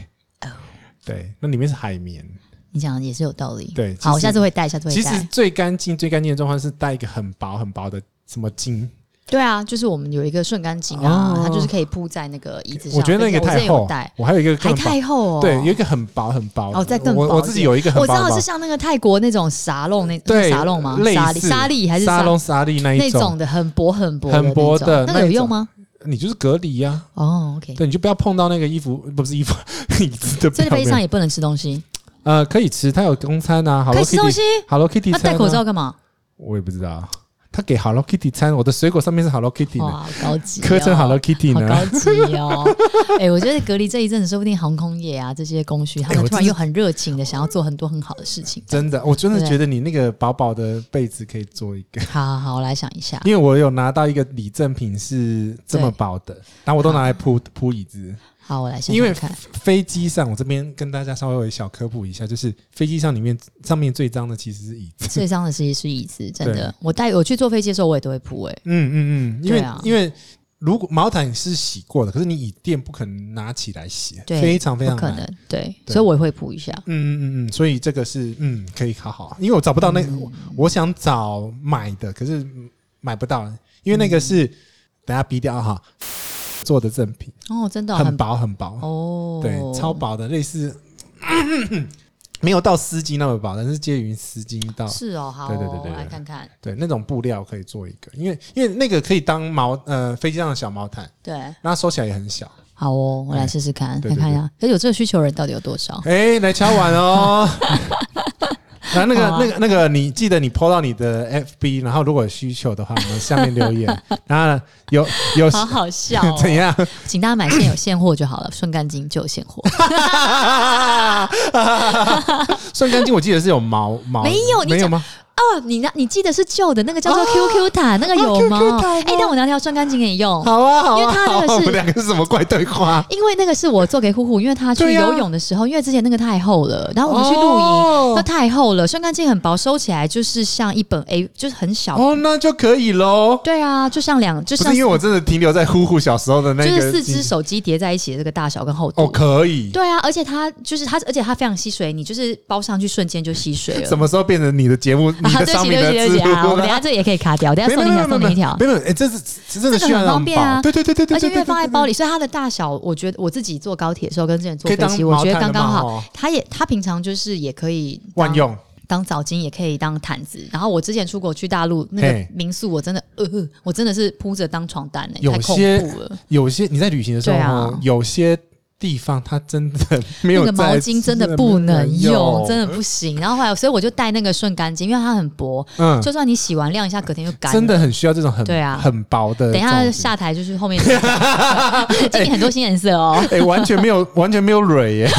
Speaker 2: 对，那里面是海绵。
Speaker 1: 你讲的也是有道理。
Speaker 2: 对其
Speaker 1: 好，我
Speaker 2: 实
Speaker 1: 下次会带，下次会
Speaker 2: 其实
Speaker 1: 带。
Speaker 2: 最干净、最干净的状况是带一个很薄、很薄的什么巾，
Speaker 1: 对啊，就是我们有一个顺干巾啊，
Speaker 2: 哦
Speaker 1: 它就是可以铺在那个椅子上。
Speaker 2: 我觉得那
Speaker 1: 对
Speaker 2: 个
Speaker 1: 我之
Speaker 2: 太
Speaker 1: 前有
Speaker 2: 厚
Speaker 1: 带。
Speaker 2: 我还有一个
Speaker 1: 还
Speaker 2: 更薄，
Speaker 1: 太厚哦。
Speaker 2: 对，有一个很薄、很薄的。
Speaker 1: 哦再更薄
Speaker 2: 我
Speaker 1: 一
Speaker 2: 我
Speaker 1: 点
Speaker 2: 自己有一个很
Speaker 1: 我知
Speaker 2: 薄
Speaker 1: 道是
Speaker 2: 的。
Speaker 1: 像那个泰国那种沙龙那
Speaker 2: 对，
Speaker 1: 沙龙吗？
Speaker 2: 类
Speaker 1: 沙
Speaker 2: 似
Speaker 1: 粒沙粒还是
Speaker 2: 沙
Speaker 1: 沙
Speaker 2: 龙沙粒那
Speaker 1: 那
Speaker 2: 一
Speaker 1: 种？的，很薄很薄
Speaker 2: 很薄
Speaker 1: 的
Speaker 2: 的
Speaker 1: 那种，那个
Speaker 2: 那
Speaker 1: 有
Speaker 2: 一
Speaker 1: 用
Speaker 2: 种
Speaker 1: 吗？
Speaker 2: 你就是隔离呀，
Speaker 1: 哦，OK，
Speaker 2: 对，你就不要碰到那个衣服，不是衣服， 椅子的
Speaker 1: 所以
Speaker 2: 表
Speaker 1: 飞机上
Speaker 2: 面。
Speaker 1: 也不能吃东西，
Speaker 2: 呃，可以吃，它有公餐啊
Speaker 1: 可
Speaker 2: ，Hello
Speaker 1: 以吃东
Speaker 2: Kitty
Speaker 1: 西，
Speaker 2: Hello Kitty
Speaker 1: 那
Speaker 2: 餐啊。
Speaker 1: 戴口罩干嘛？
Speaker 2: 我也不知道，他给 Hello Kitty 餐，我的水果上面是 Hello Kitty 呢，
Speaker 1: 哇，好高级哦，
Speaker 2: 刻成 Hello Kitty
Speaker 1: 好
Speaker 2: 呢。
Speaker 1: 高级哦！ 哎，我觉得隔离这一阵子，说不定航空业啊这些工序，他
Speaker 2: 哎
Speaker 1: 们
Speaker 2: 我
Speaker 1: 突然
Speaker 2: 真的
Speaker 1: 又很热情的想要做很多很好的事情。
Speaker 2: 真的，我真的
Speaker 1: 对
Speaker 2: 觉得你那个薄薄的被子可以做一个，
Speaker 1: 好好好，我来想一下，
Speaker 2: 因为我有拿到一个礼赠品是这么薄的，然后我都拿来 铺铺椅子。
Speaker 1: 好，我来想
Speaker 2: 因为
Speaker 1: 想 看。
Speaker 2: 飞机上，我这边跟大家稍微小科普一下，就是飞机上里面上面最脏的其实是椅子。
Speaker 1: 最伤的其实是椅子，真的
Speaker 2: 对。
Speaker 1: 我带我去坐飞机的时候，我也都会铺哎。
Speaker 2: 嗯嗯嗯，因为、
Speaker 1: 对啊
Speaker 2: 因为如果毛毯是洗过的，可是你椅垫不可能拿起来洗，
Speaker 1: 对
Speaker 2: 非常非
Speaker 1: 不
Speaker 2: 常
Speaker 1: 可
Speaker 2: 难。
Speaker 1: 能，对，
Speaker 2: 对
Speaker 1: 所以我也会铺一下。
Speaker 2: 嗯嗯嗯嗯，所以这个是嗯可以好好，因为我找不到那、我我想找买的，可是买不到，因为那个是、
Speaker 1: 嗯
Speaker 2: 等下逼掉哈做的赠品，
Speaker 1: 哦，真的哦
Speaker 2: 很薄很薄，
Speaker 1: 哦，
Speaker 2: 对，超薄的，类似、没有到丝巾那么薄，但是介于丝巾到
Speaker 1: 是哦，好哦，
Speaker 2: 对对对对对
Speaker 1: 来看看，
Speaker 2: 对那种布料可以做一个，因为因为那个可以当毛呃飞机上的小毛毯，
Speaker 1: 对，
Speaker 2: 那收起来也很小。
Speaker 1: 好哦，我来试试看，
Speaker 2: 哎对
Speaker 1: 来
Speaker 2: 对
Speaker 1: 看一下，可是有这个需求的人到底有多少？
Speaker 2: 哎、来敲碗哦。然后那个、
Speaker 1: 好啊
Speaker 2: 那个、那个，你记得你 PO 到你的 FB，然后如果有需求的话，我们下面留言。然后呢有有，
Speaker 1: 好好笑、哦
Speaker 2: 怎？样？
Speaker 1: 请大家买现有现货就好了，顺干金就有现 货，
Speaker 2: 算干净，我记得是有毛毛，
Speaker 1: 没有你
Speaker 2: 没有
Speaker 1: 讲
Speaker 2: 吗？
Speaker 1: 哦，你那你记得是旧的那个叫做
Speaker 2: 哦
Speaker 1: QQ 塔，那个有吗？
Speaker 2: QQ 哦塔吗
Speaker 1: 哎、但我拿条转干净给你用，
Speaker 2: 好啊，好
Speaker 1: 因为
Speaker 2: 啊，
Speaker 1: 他
Speaker 2: 好
Speaker 1: 那
Speaker 2: 啊
Speaker 1: 个，是
Speaker 2: 我们两个是什么怪对话？
Speaker 1: 因为那个是我做给呼呼，因为他去
Speaker 2: 对啊
Speaker 1: 游泳的时候，因为之前那个太厚了，然后我们去露营，
Speaker 2: 哦
Speaker 1: 那太厚了，瞬干净很薄，收起来就是像一本 A，就是很小。
Speaker 2: 哦，那就可以喽。
Speaker 1: 对啊，就像两，就
Speaker 2: 不
Speaker 1: 像
Speaker 2: 是因为我真的停留在呼呼小时候的那
Speaker 1: 就
Speaker 2: 个，
Speaker 1: 是四只手机叠在一起的这个大小跟厚度。
Speaker 2: 哦，可以。
Speaker 1: 对啊，而且它就是它，而且它非常吸水，你就是包上去瞬间就吸水了
Speaker 2: 什。么时候变成你的节 目？你
Speaker 1: 啊，
Speaker 2: 的
Speaker 1: 对不
Speaker 2: 商
Speaker 1: 起，
Speaker 2: 品
Speaker 1: 对
Speaker 2: 的
Speaker 1: 不起，对
Speaker 2: 字
Speaker 1: 不起
Speaker 2: 幕
Speaker 1: 啊！我
Speaker 2: 呢
Speaker 1: 等下这也可以卡掉，等下
Speaker 2: 没有
Speaker 1: 送你一条，送你一条。
Speaker 2: 没有，没有没有没有哎，这是这真的
Speaker 1: 这个
Speaker 2: 需要
Speaker 1: 很
Speaker 2: 让
Speaker 1: 方便啊
Speaker 2: 宝对对对对对，
Speaker 1: 而且因为
Speaker 2: 对
Speaker 1: 放在
Speaker 2: 对
Speaker 1: 包里，所以它的大小，我觉得我自己坐高铁的时候跟之前坐
Speaker 2: 可以
Speaker 1: 飞
Speaker 2: 当
Speaker 1: 机，我觉得
Speaker 2: 毛毯
Speaker 1: 刚
Speaker 2: 的
Speaker 1: 刚
Speaker 2: 嘛
Speaker 1: 好。
Speaker 2: 哦
Speaker 1: 它也它平常就是也可以当
Speaker 2: 万用。
Speaker 1: 当澡巾，也可以当毯子。然后我之前出国去大陆那个
Speaker 2: 嘿
Speaker 1: 民宿，我真的呃，我真的是铺着当床单哎、
Speaker 2: 有
Speaker 1: 太恐
Speaker 2: 些
Speaker 1: 怖了。
Speaker 2: 有些你在旅行的时候
Speaker 1: 对啊
Speaker 2: 哦，有些地方它真的没有
Speaker 1: 那个毛
Speaker 2: 在
Speaker 1: 巾真的不能用，真
Speaker 2: 的
Speaker 1: 的不行。然后后来，所以我就带那个顺干巾，因为它很薄，
Speaker 2: 嗯，
Speaker 1: 就算你洗完晾一下，隔天就干了。
Speaker 2: 真的很需要这种很
Speaker 1: 对啊
Speaker 2: 很薄的。
Speaker 1: 等一下，下台就是后面，今天很多新颜色哦。
Speaker 2: 哎，完全 没有完全没有蕊耶，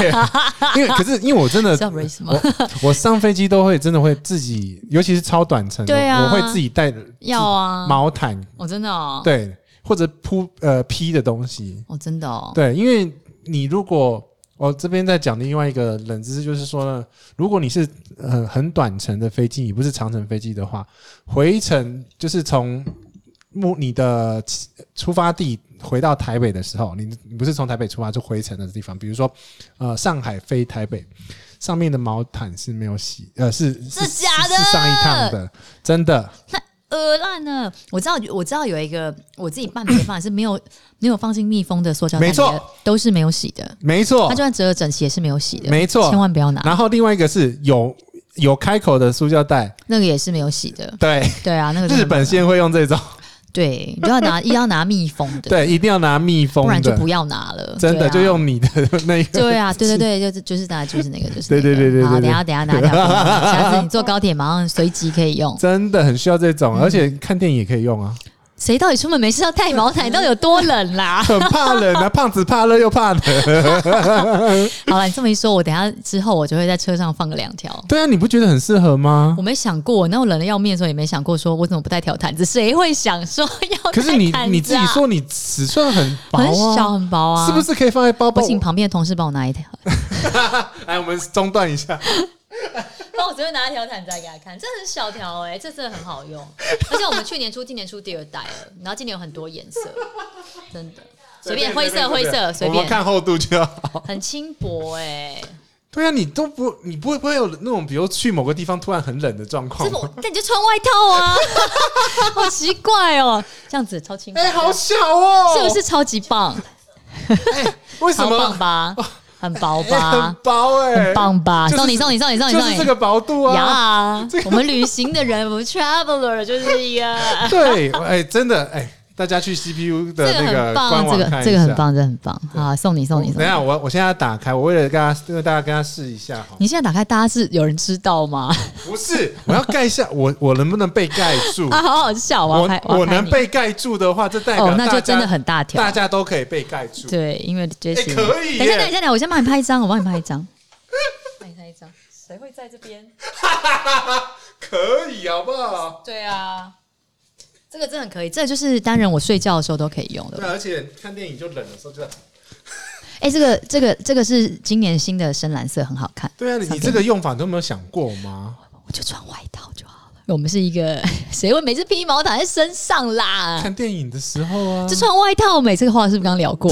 Speaker 2: 因为可是因为我真的
Speaker 1: 知道 race 吗？
Speaker 2: 我我上飞机都会真的会自己，尤其是超短程的，
Speaker 1: 对啊
Speaker 2: 我会自己带
Speaker 1: 要啊，
Speaker 2: 毛毯，
Speaker 1: 我真的哦，
Speaker 2: 对，或者铺呃披的东西，
Speaker 1: 哦真的哦，
Speaker 2: 对，因为你如果我这边在讲另外一个冷知识，就是说呢，如果你是呃很短程的飞机，你不是长程飞机的话，回程就是从目你的起出发地回到台北的时候，你你不是从台北出发，就回程的地方，比如说呃上海飞台北，上面的毛毯是没有洗，呃是
Speaker 1: 是假的
Speaker 2: 是是上一趟的，真的
Speaker 1: 呃烂了。我知道，我知道有一个我自己办别的方法是没有没有放进密封的塑胶袋里
Speaker 2: 没错
Speaker 1: 的，都是没有洗的。
Speaker 2: 没错，
Speaker 1: 它就算折了整齐也是没有洗的，
Speaker 2: 没错
Speaker 1: 千万不要拿，
Speaker 2: 然后另外一个是有有开口的塑胶袋，
Speaker 1: 那个也是没有洗的。
Speaker 2: 对，
Speaker 1: 对啊，那个真的
Speaker 2: 日本
Speaker 1: 不能
Speaker 2: 先会用这种。
Speaker 1: 对，你就要拿，一定要拿密封的，，
Speaker 2: 对，一定要拿密封
Speaker 1: 不然就
Speaker 2: 的，
Speaker 1: 不要拿了。
Speaker 2: 真
Speaker 1: 对
Speaker 2: 的
Speaker 1: 啊
Speaker 2: 就用你的那个。
Speaker 1: 对啊，对对对，就是就是大家就是那个，就是那个
Speaker 2: 对对对对对
Speaker 1: 好，
Speaker 2: 对
Speaker 1: 等一下等一下拿掉，下次你坐高铁马上随即可以用。
Speaker 2: 真的很需要这
Speaker 1: 嗯
Speaker 2: 种，而且看电影也可以用啊，
Speaker 1: 谁到底出门没事要带毛毯？到底有多冷 啦？
Speaker 2: 很怕冷 啊，胖子怕热又怕冷。
Speaker 1: 好了，你这么一说，我等一下之后我就会在车上放个两条。
Speaker 2: 对啊，你不觉得很适合吗
Speaker 1: 我？没想过，那我冷的要命的时候也没想过，说我怎么不带条毯子？谁会想说要带毯子、啊？
Speaker 2: 可是你你自己说你尺寸很薄
Speaker 1: 很小
Speaker 2: 啊，
Speaker 1: 很薄啊，
Speaker 2: 是不？是可以放在包包
Speaker 1: 我？请旁边的同事帮我拿一条，
Speaker 2: 来，我们中断一下。
Speaker 1: 帮我随便拿一条毯子来给他看，这很小条哎、这真的很好用。而且我们去年出，今年出第二代了，然后今年有很多颜色，真的随便灰色灰色随
Speaker 2: 我们
Speaker 1: 便，
Speaker 2: 看厚度就好。
Speaker 1: 很轻薄哎、
Speaker 2: 对啊，你都不，你不会不会有那种，比如去某个地方突然很冷的状况
Speaker 1: 这
Speaker 2: 吗？
Speaker 1: 么，那你就穿外套啊， 好奇怪哦，这样子超轻薄
Speaker 2: 哎，，好小哦，
Speaker 1: 是不是？超级棒？
Speaker 2: 为什
Speaker 1: 超棒
Speaker 2: 么？
Speaker 1: 吧，很薄
Speaker 2: 哎很
Speaker 1: 吧，
Speaker 2: 薄哎，
Speaker 1: 很棒吧？
Speaker 2: 就是
Speaker 1: 送你送你送你送你
Speaker 2: 就
Speaker 1: 送
Speaker 2: 是
Speaker 1: 你
Speaker 2: 这个薄度啊。
Speaker 1: 呀
Speaker 2: 这！个
Speaker 1: 我们旅行的人，我们 traveler 就是一个，
Speaker 2: 对，哎，真的，哎，大家去 CPU
Speaker 1: 这
Speaker 2: 的那
Speaker 1: 很
Speaker 2: 官
Speaker 1: 棒，这
Speaker 2: 网看
Speaker 1: 个
Speaker 2: 一下。哦
Speaker 1: 这个很。棒，这个很棒。好，送你送你送
Speaker 2: 等
Speaker 1: 你。
Speaker 2: 一下，我我现在要打开，我为了跟大家，为大家跟他试一下哈。
Speaker 1: 你现在打开，大家是有人知道 吗？
Speaker 2: 不 是，我要盖一下，我我能不能被盖住？
Speaker 1: 啊，好好笑！我要
Speaker 2: 我
Speaker 1: 拍，要
Speaker 2: 我
Speaker 1: 拍
Speaker 2: 能
Speaker 1: 你
Speaker 2: 被盖住的话，这代表
Speaker 1: 哦，那
Speaker 2: 大
Speaker 1: 就
Speaker 2: 家
Speaker 1: 真的很大条
Speaker 2: 大。家都可以被盖住。
Speaker 1: 对，因为 Jesse
Speaker 2: 哎可以
Speaker 1: 等一下，
Speaker 2: 耶
Speaker 1: 等一下，等一下，我先帮你拍一张，我帮你拍一张， 帮你拍一张。谁会在这边？
Speaker 2: 可以，好不好？
Speaker 1: 对啊，这个真的很可以，这就是单人我睡觉的时候都可以用
Speaker 2: 对，啊
Speaker 1: 的。
Speaker 2: 而且看电影就冷的时候就。
Speaker 1: 哎，这个这个这个是今年新的深蓝色，很好看。
Speaker 2: 对啊，你你这个用法都没有想过吗？
Speaker 1: 我就穿外套就好了。我们是一个 谁会每次披毛毯在身上 啦？
Speaker 2: 看电影的时候啊
Speaker 1: 就，穿外套，每次话是不是刚聊过？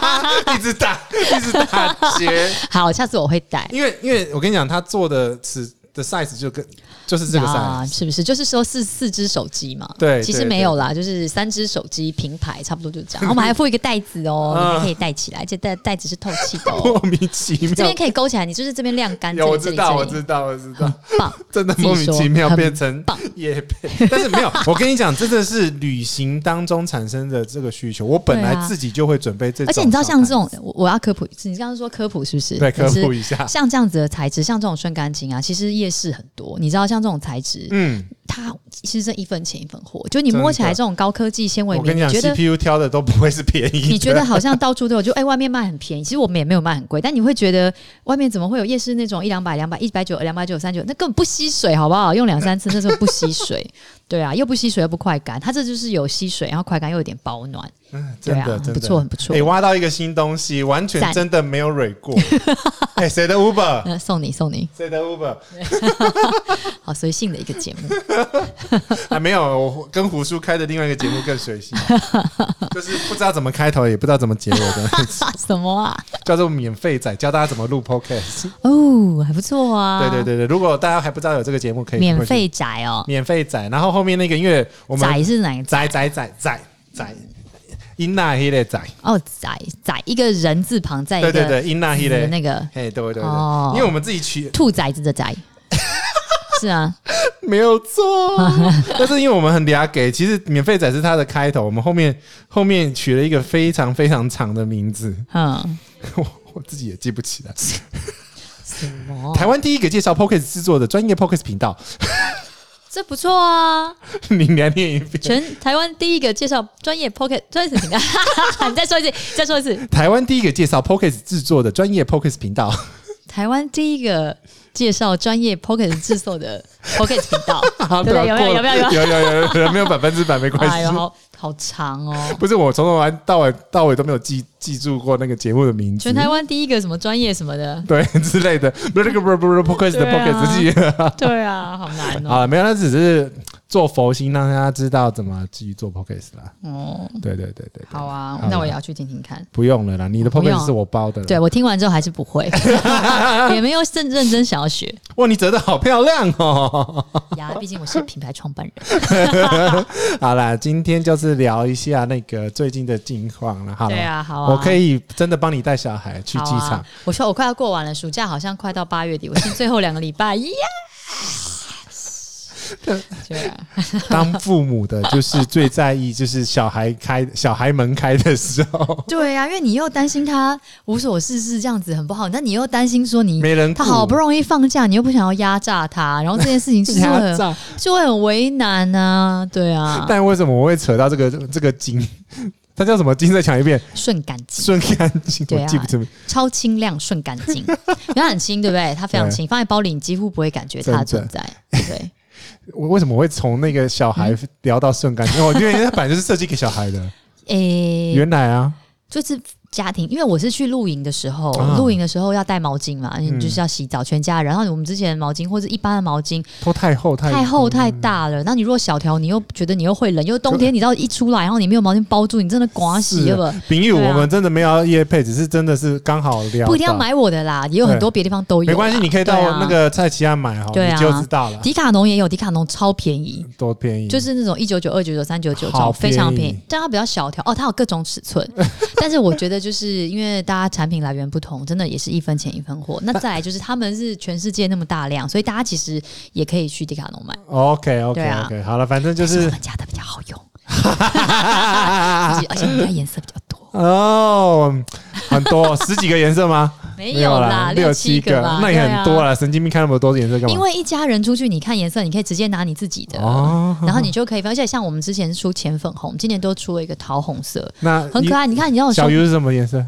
Speaker 2: 一直打，一直打结。
Speaker 1: 好，下次我会带。
Speaker 2: 因为因为我跟你讲，他做的尺的 size 就跟就是这个 size，、
Speaker 1: 啊，是不是？就是说四四只手机嘛，
Speaker 2: 对
Speaker 1: 其实
Speaker 2: 对
Speaker 1: 没有啦，就是三只手机平牌，差不多就这样。我们还附一个袋子 哦，
Speaker 2: 嗯
Speaker 1: 你还可以带起来，这袋袋子是透气 的
Speaker 2: 莫
Speaker 1: 哦，
Speaker 2: 名其
Speaker 1: 这
Speaker 2: 妙
Speaker 1: 边。可以勾起来，你就是这边晾干，这
Speaker 2: 有我
Speaker 1: 里这
Speaker 2: 知
Speaker 1: 里
Speaker 2: 道，我
Speaker 1: 这里
Speaker 2: 知，道，我知道，
Speaker 1: 棒，
Speaker 2: 真的
Speaker 1: 自己
Speaker 2: 莫名
Speaker 1: 说
Speaker 2: 其妙
Speaker 1: 很
Speaker 2: 变成
Speaker 1: 棒
Speaker 2: 夜配，但是没有。我跟你讲，这真的是旅行当中产生的这个需求。我本
Speaker 1: 对
Speaker 2: 来
Speaker 1: 啊
Speaker 2: 自己就会准备这种，
Speaker 1: 而且你知道像这种，我我要科普，你刚刚说科普是不是？
Speaker 2: 对科
Speaker 1: 就是
Speaker 2: 普一下，
Speaker 1: 像这样子的材质，像这种顺干巾啊，其实夜市很多。你知道，像这种材质，
Speaker 2: 嗯，
Speaker 1: 它其实真一分钱一分货，就你摸起来这种高科技纤维
Speaker 2: 我
Speaker 1: 棉，
Speaker 2: 跟你
Speaker 1: 你
Speaker 2: 讲
Speaker 1: 觉得
Speaker 2: ，CPU 挑的都不会是便宜的。
Speaker 1: 你觉得好像到处都有，就哎、外面卖很便宜，其实我们也没有卖很贵，但你会觉得外面怎么会有夜市那种一两百、两百、一百九、两百九、三九，那根本不吸水，好不好？用两三次那时候不吸水，对啊，又不吸水又不快感，它这就是有吸水，然后快感又有点保暖，对
Speaker 2: 真
Speaker 1: 啊，
Speaker 2: 的
Speaker 1: 很
Speaker 2: 真
Speaker 1: 不
Speaker 2: 的
Speaker 1: 错，很不错
Speaker 2: 哎、。挖到一个新东西，完全
Speaker 1: 赞
Speaker 2: 真的没有蕊 过。哎、谁的 Uber？
Speaker 1: 那送你送你，
Speaker 2: 谁的 Uber？
Speaker 1: 好随性的一个节 目，
Speaker 2: 啊，没有，我跟胡叔开的另外一个节目更随性， 就是不知道怎么开头，也不知道怎么结尾的，
Speaker 1: 什么啊？
Speaker 2: 叫做免费仔，教大家怎么录 Podcast。
Speaker 1: 哦，还不错啊，
Speaker 2: 对对对对，如果大家还不知道有这个节目，可以
Speaker 1: 免
Speaker 2: 过去
Speaker 1: 费宅哦，
Speaker 2: 免费仔，然后后面那个因为我们
Speaker 1: 宅是哪个宅？
Speaker 2: 仔仔仔仔仔，英娜黑的仔，
Speaker 1: 哦，宅宅一个人字旁，在一
Speaker 2: 对
Speaker 1: 个
Speaker 2: 对对，英娜黑
Speaker 1: 子的
Speaker 2: 的，
Speaker 1: 哎那个
Speaker 2: 嘿，对对对，
Speaker 1: 哦
Speaker 2: 因为我们自己取
Speaker 1: 兔崽子的崽，是啊，
Speaker 2: 没有 错，但是因为我们很俩给，其实免费仔是它的开头，我们后面后面取了一个非常非常长的名字，
Speaker 1: 嗯，
Speaker 2: 我我自己也记不起来。
Speaker 1: 什么？
Speaker 2: 台湾第一个介绍 p o c k e t 制作的专业 p o c k e t 频道，
Speaker 1: 这不错啊，
Speaker 2: 你来念一遍。
Speaker 1: 全台湾第一个介绍专业 Pocket 专业频道。 你再说一次，再说一次，
Speaker 2: 台湾第一个介绍 p o c k e t 制作的专业 p o c k e t 频道，
Speaker 1: 台湾第一个介绍专业 Pocket 制作的 Pocket 频道，
Speaker 2: 好
Speaker 1: 对不对？有没有？有没有？有没有？
Speaker 2: 有 有有有有没有百分之百没关
Speaker 1: 哎呦，
Speaker 2: 系。
Speaker 1: 好好长哦！
Speaker 2: 不是我从头完到尾到尾都没有记记住过那个节目的名字
Speaker 1: 全，台湾第一个什么专业什么的，
Speaker 2: 对之类的，不是那个不是不是 p o c k e t 的 p o
Speaker 1: 对
Speaker 2: c k e
Speaker 1: 啊
Speaker 2: t 自己
Speaker 1: 对啊，好难哦。
Speaker 2: 啊，没有，那只是做佛心，让大家知道怎么继续做 podcast 啦。
Speaker 1: 哦，
Speaker 2: 对对对对，对
Speaker 1: 好啊
Speaker 2: 好，
Speaker 1: 那我也要去听听看。
Speaker 2: 不用了啦，你的
Speaker 1: 哦不用
Speaker 2: podcast 是我包的。
Speaker 1: 对，我听完之后还是不会，也没有认认真想要学
Speaker 2: 哇，你折的好漂亮哦！
Speaker 1: 呀，毕竟我是品牌创办人。
Speaker 2: 好啦，今天就是聊一下那个最近的近况了。好了，
Speaker 1: 对啊，好啊，
Speaker 2: 我可以真的帮你带小孩去机
Speaker 1: 好
Speaker 2: 场。
Speaker 1: 啊。 我说我快要过完了，暑假好像快到八月底，我剩最后两个礼 拜。呀，对啊，
Speaker 2: 当父母的，就是最在意，就是小孩开小孩门开的时候，
Speaker 1: 对啊，因为你又担心他无所事事这样子很不好，那你又担心说你
Speaker 2: 没人
Speaker 1: 嗯他好不容易放假，你又不想要压榨他，然后这 件事情就是会
Speaker 2: 家
Speaker 1: 很
Speaker 2: 长。
Speaker 1: 就会很为难啊，对 啊，
Speaker 2: 但为什么我会扯到这个这个经？它叫什么经？再讲一 遍，
Speaker 1: 顺感激，
Speaker 2: 顺干净，
Speaker 1: 对啊
Speaker 2: 我记不住。
Speaker 1: 超轻量顺干 净，因为它很轻，对不对？它非常轻，放在包里你几乎不会感觉它的
Speaker 2: 真
Speaker 1: 存
Speaker 2: 的
Speaker 1: 在，对。
Speaker 2: 我为什么会从那个小孩
Speaker 1: 嗯
Speaker 2: 聊到顺感？因为我觉得它本来就是设计给小孩 的。
Speaker 1: 诶、
Speaker 2: 原来啊，
Speaker 1: 就是家庭，因为我是去露营的时候，
Speaker 2: 啊
Speaker 1: 露营的时候要带毛巾嘛，因为
Speaker 2: 嗯
Speaker 1: 就是要洗澡，全家人。然后我们之前的毛巾或者一般的毛巾
Speaker 2: 都太厚太嗯
Speaker 1: 太厚太大了，那你如果小条，你又觉得你又会冷，又冬天，你知道一出来，然后你没有毛巾包住，你真的刮洗
Speaker 2: 是
Speaker 1: 对
Speaker 2: 啊
Speaker 1: 不？
Speaker 2: 丙友，
Speaker 1: 对啊
Speaker 2: 我们真的没有要夜配，只是真的是刚好聊到，
Speaker 1: 不一定要买我的啦，也有很多别的地方都有啦。
Speaker 2: 没关系，你可
Speaker 1: 对
Speaker 2: 以到
Speaker 1: 啊
Speaker 2: 那个蔡奇亚买哈，
Speaker 1: 对啊
Speaker 2: 你就知道了，
Speaker 1: 迪卡侬也有，迪卡侬超便宜。
Speaker 2: 多便宜。
Speaker 1: 就是那种一九九、二九九、三九九这
Speaker 2: 嗯好
Speaker 1: 种非常
Speaker 2: 便
Speaker 1: 便
Speaker 2: 宜
Speaker 1: 宜，但它比较小条哦，它有各种尺 寸。但是我觉得就是因为大家产品来源不同，真的也是一分钱一分货。那再来就是他们是全世界那么大量，所以大家其实也可以去迪卡侬买，
Speaker 2: OK OK
Speaker 1: 对啊
Speaker 2: OK，好了，反正就
Speaker 1: 但是
Speaker 2: 是
Speaker 1: 我 们家的比较好用，
Speaker 2: 啊
Speaker 1: 而且我们家颜色比较多，
Speaker 2: 哦，很多十几个颜色吗？
Speaker 1: 没有啦，
Speaker 2: 六
Speaker 1: 七
Speaker 2: 个
Speaker 1: 吧，，
Speaker 2: 那也
Speaker 1: 对
Speaker 2: 很多
Speaker 1: 啊。
Speaker 2: 啦。神经病看那么多颜色干嘛？
Speaker 1: 因为一家人出去，你看颜色，你可以直接拿你自己的，
Speaker 2: 哦，
Speaker 1: 然后你就可以分。而且像我们之前出浅粉红，今年都出了一个桃红色，
Speaker 2: 那
Speaker 1: 很可爱。你看，你让我
Speaker 2: 小
Speaker 1: 说
Speaker 2: 鱼是什么颜色？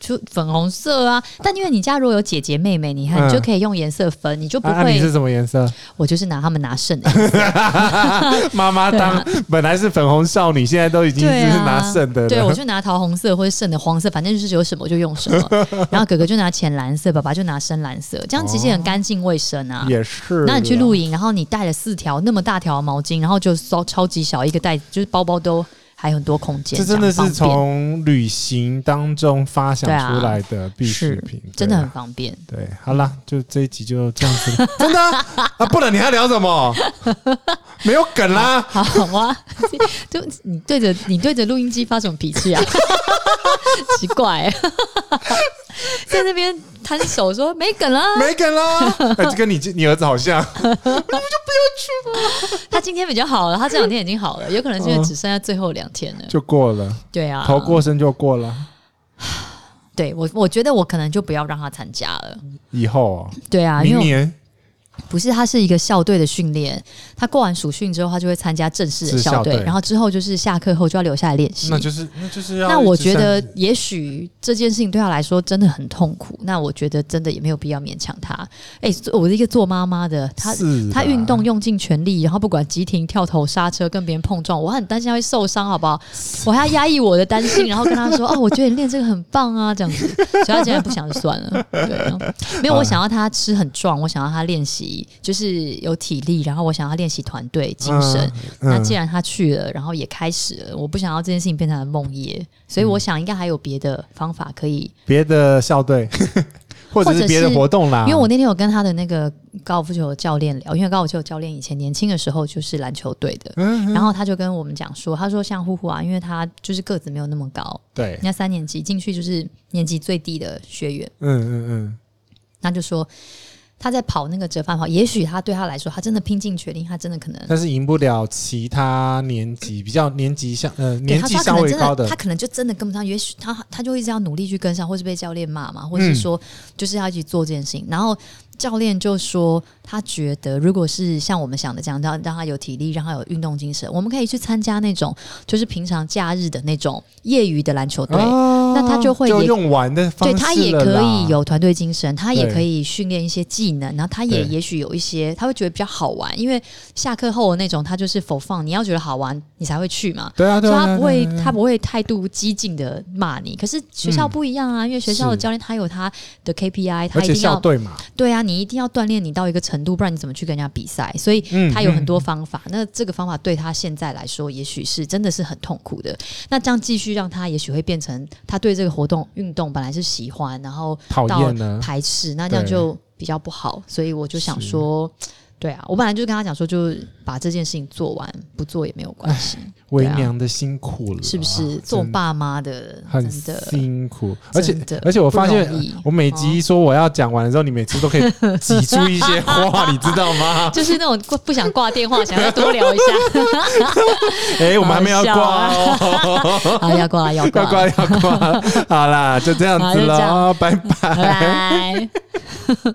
Speaker 1: 就粉红色啊，但因为你家如果有姐姐妹妹，你看
Speaker 2: 嗯
Speaker 1: 你就可以用颜色分，你就不
Speaker 2: 啊，啊你
Speaker 1: 会。
Speaker 2: 是什么 颜色？
Speaker 1: 我就是拿他们拿剩欸 的，
Speaker 2: 妈妈当啊 本来是粉红少女，现在都已经
Speaker 1: 对
Speaker 2: 是
Speaker 1: 啊
Speaker 2: 拿剩的
Speaker 1: 对我
Speaker 2: 了。
Speaker 1: 就拿桃红色或者剩的黄色，反正就是有什么就用什 么。然后哥哥就拿浅蓝色，爸爸就拿深蓝色，这样其实也很干净卫生啊。
Speaker 2: 也是。
Speaker 1: 那你去露，营，然后你带了四条那么大条的毛巾，然后就超超级小一个袋，就是包包都还有很多空间，
Speaker 2: 这真的
Speaker 1: 样
Speaker 2: 是
Speaker 1: 方便
Speaker 2: 从旅行当中发想
Speaker 1: 对啊
Speaker 2: 出来的必需
Speaker 1: 是
Speaker 2: 品，对啊
Speaker 1: 真的很方便。
Speaker 2: 对。好啦，就这一集就这样子了，嗯 真的啊啊！不然你还聊什 么？没有梗啦。
Speaker 1: 好啊， 就你对着你对着录音机发什么脾气啊？ 奇怪、 在那边摊手说没梗啦。
Speaker 2: 没梗 啦，哎，这跟你你儿子好像，
Speaker 1: 他今天比较好了，他这两天已经好了，有可能是因为只剩下最后两天了。
Speaker 2: 就过了，
Speaker 1: 哦对啊，
Speaker 2: 头过身就过了。
Speaker 1: 对我，我觉得我可能就不要让他参加了。
Speaker 2: 以后哦
Speaker 1: 对啊，因
Speaker 2: 明
Speaker 1: 为
Speaker 2: 年
Speaker 1: 不是，他是一个校队的训练。他过完暑训之后，他就会参加正式的
Speaker 2: 是校
Speaker 1: 校队，
Speaker 2: 队
Speaker 1: 然后之后就是下课后就要留下来练习
Speaker 2: 那。就是那就是要。
Speaker 1: 那我觉得，也许这件事情对他来说真的很痛苦。那我觉得真的也没有必要勉强他。哎、做我的一个做妈妈的，她
Speaker 2: 是
Speaker 1: 她
Speaker 2: 啦
Speaker 1: 运动用尽全力，然后不管急停、跳投、刹车，跟别人碰撞，我很担心她会受伤，好不好？我还要压抑我的担心，然后跟她说：“哦，我觉得你练这个很棒啊，这样子。”所以她竟然不想就算 了。对啊，没有，我想要她吃很壮，我想要她练习就是有体力，然后我想要练习团队精神。
Speaker 2: 嗯
Speaker 1: 那既然他去了，然后也开始了，我不想要这件事情变成了梦魇，所以我想应该还有别的方法可以。
Speaker 2: 别的校队，
Speaker 1: 或
Speaker 2: 或者
Speaker 1: 者
Speaker 2: 是
Speaker 1: 是
Speaker 2: 别的活动啦。
Speaker 1: 因为我那天有跟他的那个高尔夫球教练聊，因为高尔夫球教练以前年轻的时候就是篮球队的，
Speaker 2: 嗯
Speaker 1: 然后他就跟我们讲说，他说像呼呼啊，因为他就是个子没有那么高，
Speaker 2: 对，
Speaker 1: 人家三年级进去就是年级最低的学员，
Speaker 2: 嗯嗯
Speaker 1: 他就说。他在跑那个折返跑，也许他对他来说，他真的拼尽全力，他真的可能
Speaker 2: 嗯，但是赢不了其他年级比较年级相呃
Speaker 1: 对
Speaker 2: 年
Speaker 1: 他
Speaker 2: 纪
Speaker 1: 说他
Speaker 2: 稍
Speaker 1: 可能
Speaker 2: 微
Speaker 1: 真
Speaker 2: 高的
Speaker 1: 他，可能就真的跟不上，也许他他就一直要努力去跟上，或是被教练骂嘛，或是
Speaker 2: 嗯
Speaker 1: 说就是要一起做这件事情。然后教练就说，他觉得如果是像我们想的这样，让让他有体力，让他有运动精神，我们可以去参加那种就是平常假日的那种业余的篮球队。
Speaker 2: 哦
Speaker 1: 那他就会也
Speaker 2: 用玩的方
Speaker 1: 对
Speaker 2: 式
Speaker 1: 他也
Speaker 2: 了
Speaker 1: 可
Speaker 2: 啦
Speaker 1: 以有团队精神，他也
Speaker 2: 对
Speaker 1: 可以训练一些技能，然后他也
Speaker 2: 对
Speaker 1: 也许有一些，他会觉得比较好玩，因为下课后的那种，他就是否放，你要觉得好玩，你才会去嘛。
Speaker 2: 对啊对
Speaker 1: 所
Speaker 2: 啊，
Speaker 1: 以他
Speaker 2: 对啊
Speaker 1: 不会
Speaker 2: 对啊，
Speaker 1: 他不会态度激进的骂你。可是学校不一样啊，因为学校的
Speaker 2: 嗯是
Speaker 1: 教练他有他的 KPI，他
Speaker 2: 而
Speaker 1: 一
Speaker 2: 且
Speaker 1: 定
Speaker 2: 校
Speaker 1: 要
Speaker 2: 队嘛，
Speaker 1: 对啊，你一定要锻炼你到一个程度，不然你怎么去跟人家比赛？所以
Speaker 2: 嗯
Speaker 1: 他有很多方法。那这个方法对他现在来说，也许是真的是很痛苦的。那这样继续让他，也许会变成他对这个活动运动本来是喜欢，然后
Speaker 2: 讨
Speaker 1: 到
Speaker 2: 厌啊呢，
Speaker 1: 排斥，那这样
Speaker 2: 对
Speaker 1: 就比较不好。所以我就想说。对啊，我本来就跟他讲说，就把这件事情做完，不做也没有关 系。
Speaker 2: 为
Speaker 1: 对啊
Speaker 2: 娘的辛苦了，
Speaker 1: 是不是？做
Speaker 2: 真的
Speaker 1: 爸妈的
Speaker 2: 很
Speaker 1: 真的
Speaker 2: 辛苦，而且
Speaker 1: 真的
Speaker 2: 而且我发现
Speaker 1: 不容易，
Speaker 2: 我每集说我要讲完了之后，你每次 都可以挤出一些话，你知道吗？
Speaker 1: 就是那种挂不想挂电话，想要多聊一 下，
Speaker 2: 哎、我们还没有
Speaker 1: 好笑
Speaker 2: 挂
Speaker 1: 啊
Speaker 2: 哦，
Speaker 1: 啊，要挂要
Speaker 2: 要 挂
Speaker 1: 挂，
Speaker 2: 要挂，好啦，就这样
Speaker 1: 好
Speaker 2: 子
Speaker 1: 就这样
Speaker 2: 喽，拜拜。
Speaker 1: 拜拜。